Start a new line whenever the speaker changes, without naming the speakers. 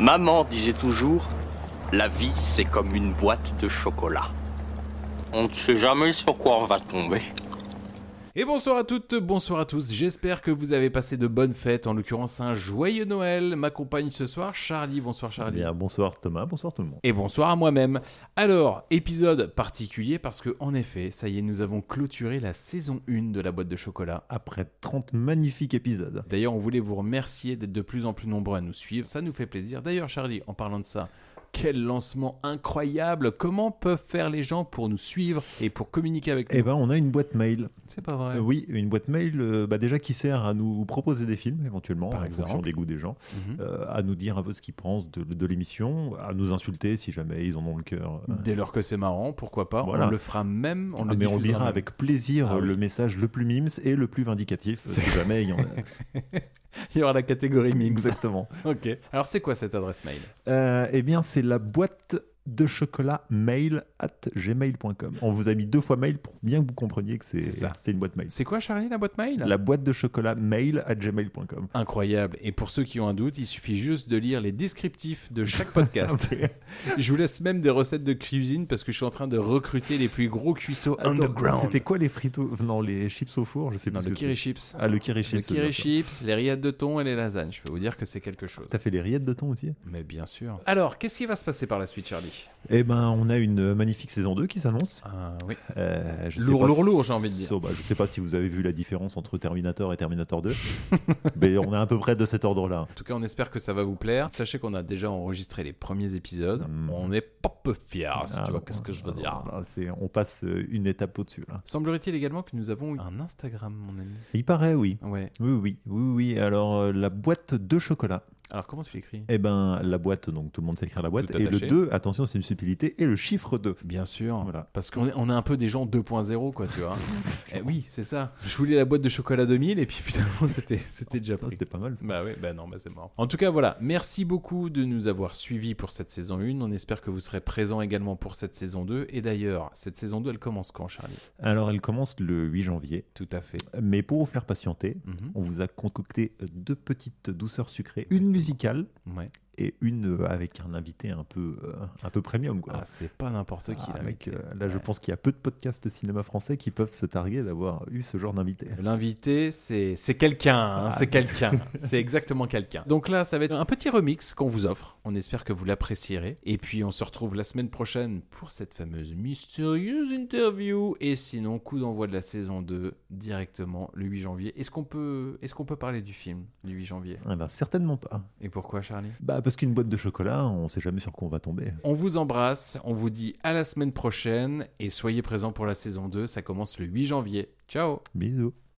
Maman disait toujours, la vie c'est comme une boîte de chocolat. On ne sait jamais sur quoi on va tomber.
Et bonsoir à toutes, bonsoir à tous. J'espère que vous avez passé de bonnes fêtes, en l'occurrence un joyeux Noël. M'accompagne ce soir Charlie. Bonsoir Charlie.
Eh Bien, bonsoir Thomas, bonsoir tout le monde.
Et bonsoir à moi-même. Alors, épisode particulier parce que en effet, ça y est, nous avons clôturé la saison 1 de la boîte de chocolat.
Après 30 magnifiques épisodes.
D'ailleurs, on voulait vous remercier d'être de plus en plus nombreux à nous suivre. Ça nous fait plaisir. D'ailleurs, Charlie, en parlant de ça, quel lancement incroyable Comment peuvent faire les gens pour nous suivre et pour communiquer avec nous
Eh ben, on a une boîte mail.
C'est pas vrai.
Euh, oui, une boîte mail euh, bah, déjà qui sert à nous proposer des films éventuellement,
Par
en
exemple.
fonction des goûts des gens,
Mhm.
euh, à nous dire un peu ce qu'ils pensent de, de l'émission, à nous insulter si jamais ils en ont le cœur. Euh,
Dès lors que c'est marrant, pourquoi pas
Voilà.
On le fera même, Mm. on
ah,
le
mais on
diffusera
dira
même.
avec plaisir
Ah
euh,
oui.
le message le plus mimes et le plus vindicatif, euh, si jamais il y en a.
Il y aura la catégorie mix.
Exactement.
ok. Alors c'est quoi cette adresse mail
Euh, eh bien, c'est la boîte de chocolat mail at gmail.com. On vous a mis deux fois mail pour bien que vous compreniez que c'est
C'est ça.
c'est une boîte mail.
C'est quoi Charlie la boîte mail
La boîte de chocolat mail à gmail.com.
Incroyable. Et pour ceux qui ont un doute, il suffit juste de lire les descriptifs de chaque podcast.
Ah,
je vous laisse même des recettes de cuisine parce que je suis en train de recruter les plus gros cuissots
Attends,
underground.
C'était quoi les frites au- non, les chips au four Je sais
Non,
plus.
le
ce que c'est.
kiri chips.
Ah, le kiri
Le
chips.
kiri
bien sûr.
chips, les rillettes de thon et les lasagnes. Je peux vous dire que c'est quelque chose.
T'as fait les rillettes de thon aussi
Mais bien sûr. Alors, qu'est-ce qui va se passer par la suite, Charlie
Eh ben, on a une magnifique saison 2 qui s'annonce.
Ah oui.
Euh, je
Lourd,
sais pas
lourd,
si-
lourd, j'ai envie de dire.
Oh, bah, je sais pas si vous avez vu la différence entre Terminator et Terminator 2, mais on est à peu près de cet ordre-là.
En tout cas, on espère que ça va vous plaire. Sachez qu'on a déjà enregistré les premiers épisodes.
Mm.
On n'est pas peu fiers, si
Ah,
tu vois,
bon,
qu'est-ce que je veux
ah,
dire.
bon, là, c'est- on passe euh, une étape au-dessus. là.
Semblerait-il également que nous avons eu un Instagram, mon ami.
Il paraît, oui.
Ouais.
Oui, oui, oui, oui. Alors, euh, la boîte de chocolat.
Alors, comment tu l'écris
Eh ben, la boîte, donc tout le monde sait écrire la boîte.
Tout
Et le
attaché.
2, attention, c'est une subtilité. Et le chiffre 2.
Bien sûr.
Voilà.
Parce qu'on est, on est un peu des gens 2.0, quoi, tu vois. Eh oui, c'est ça. Je voulais la boîte de chocolat 2000 et puis finalement, c'était, c'était déjà
Ça,
pris.
c'était pas mal. ça.
Bah oui, bah non, bah c'est mort. En tout cas, voilà. Merci beaucoup de nous avoir suivis pour cette saison 1. On espère que vous serez présents également pour cette saison 2. Et d'ailleurs, cette saison 2, elle commence quand, Charlie
Alors, elle commence le 8 janvier.
Tout à fait.
Mais pour vous faire patienter,
Mhm.
on vous a concocté deux petites douceurs sucrées. Une musicale
Ouais.
et une euh, avec un invité un peu, euh, un peu premium. Quoi.
Ah, c'est pas n'importe qui,
Ah,
là,
mec,
mec.
euh, là, je pense qu'il y a peu de podcasts cinéma français qui peuvent se targuer d'avoir eu ce genre d'invité.
L'invité, c'est c'est quelqu'un, hein,
Ah,
c'est quelqu'un, c'est exactement quelqu'un. Donc là, ça va être un petit remix qu'on vous offre. On espère que vous l'apprécierez. Et puis, on se retrouve la semaine prochaine pour cette fameuse mystérieuse interview. Et sinon, coup d'envoi de la saison 2 directement le 8 janvier. Est-ce qu'on peut, est qu'on peut parler du film le 8 janvier
Ah ben, certainement pas.
Et pourquoi, Charlie
Bah, parce qu'une boîte de chocolat, on sait jamais sur quoi on va tomber.
On vous embrasse, on vous dit à la semaine prochaine et soyez présents pour la saison 2. Ça commence le 8 janvier. Ciao
Bisous.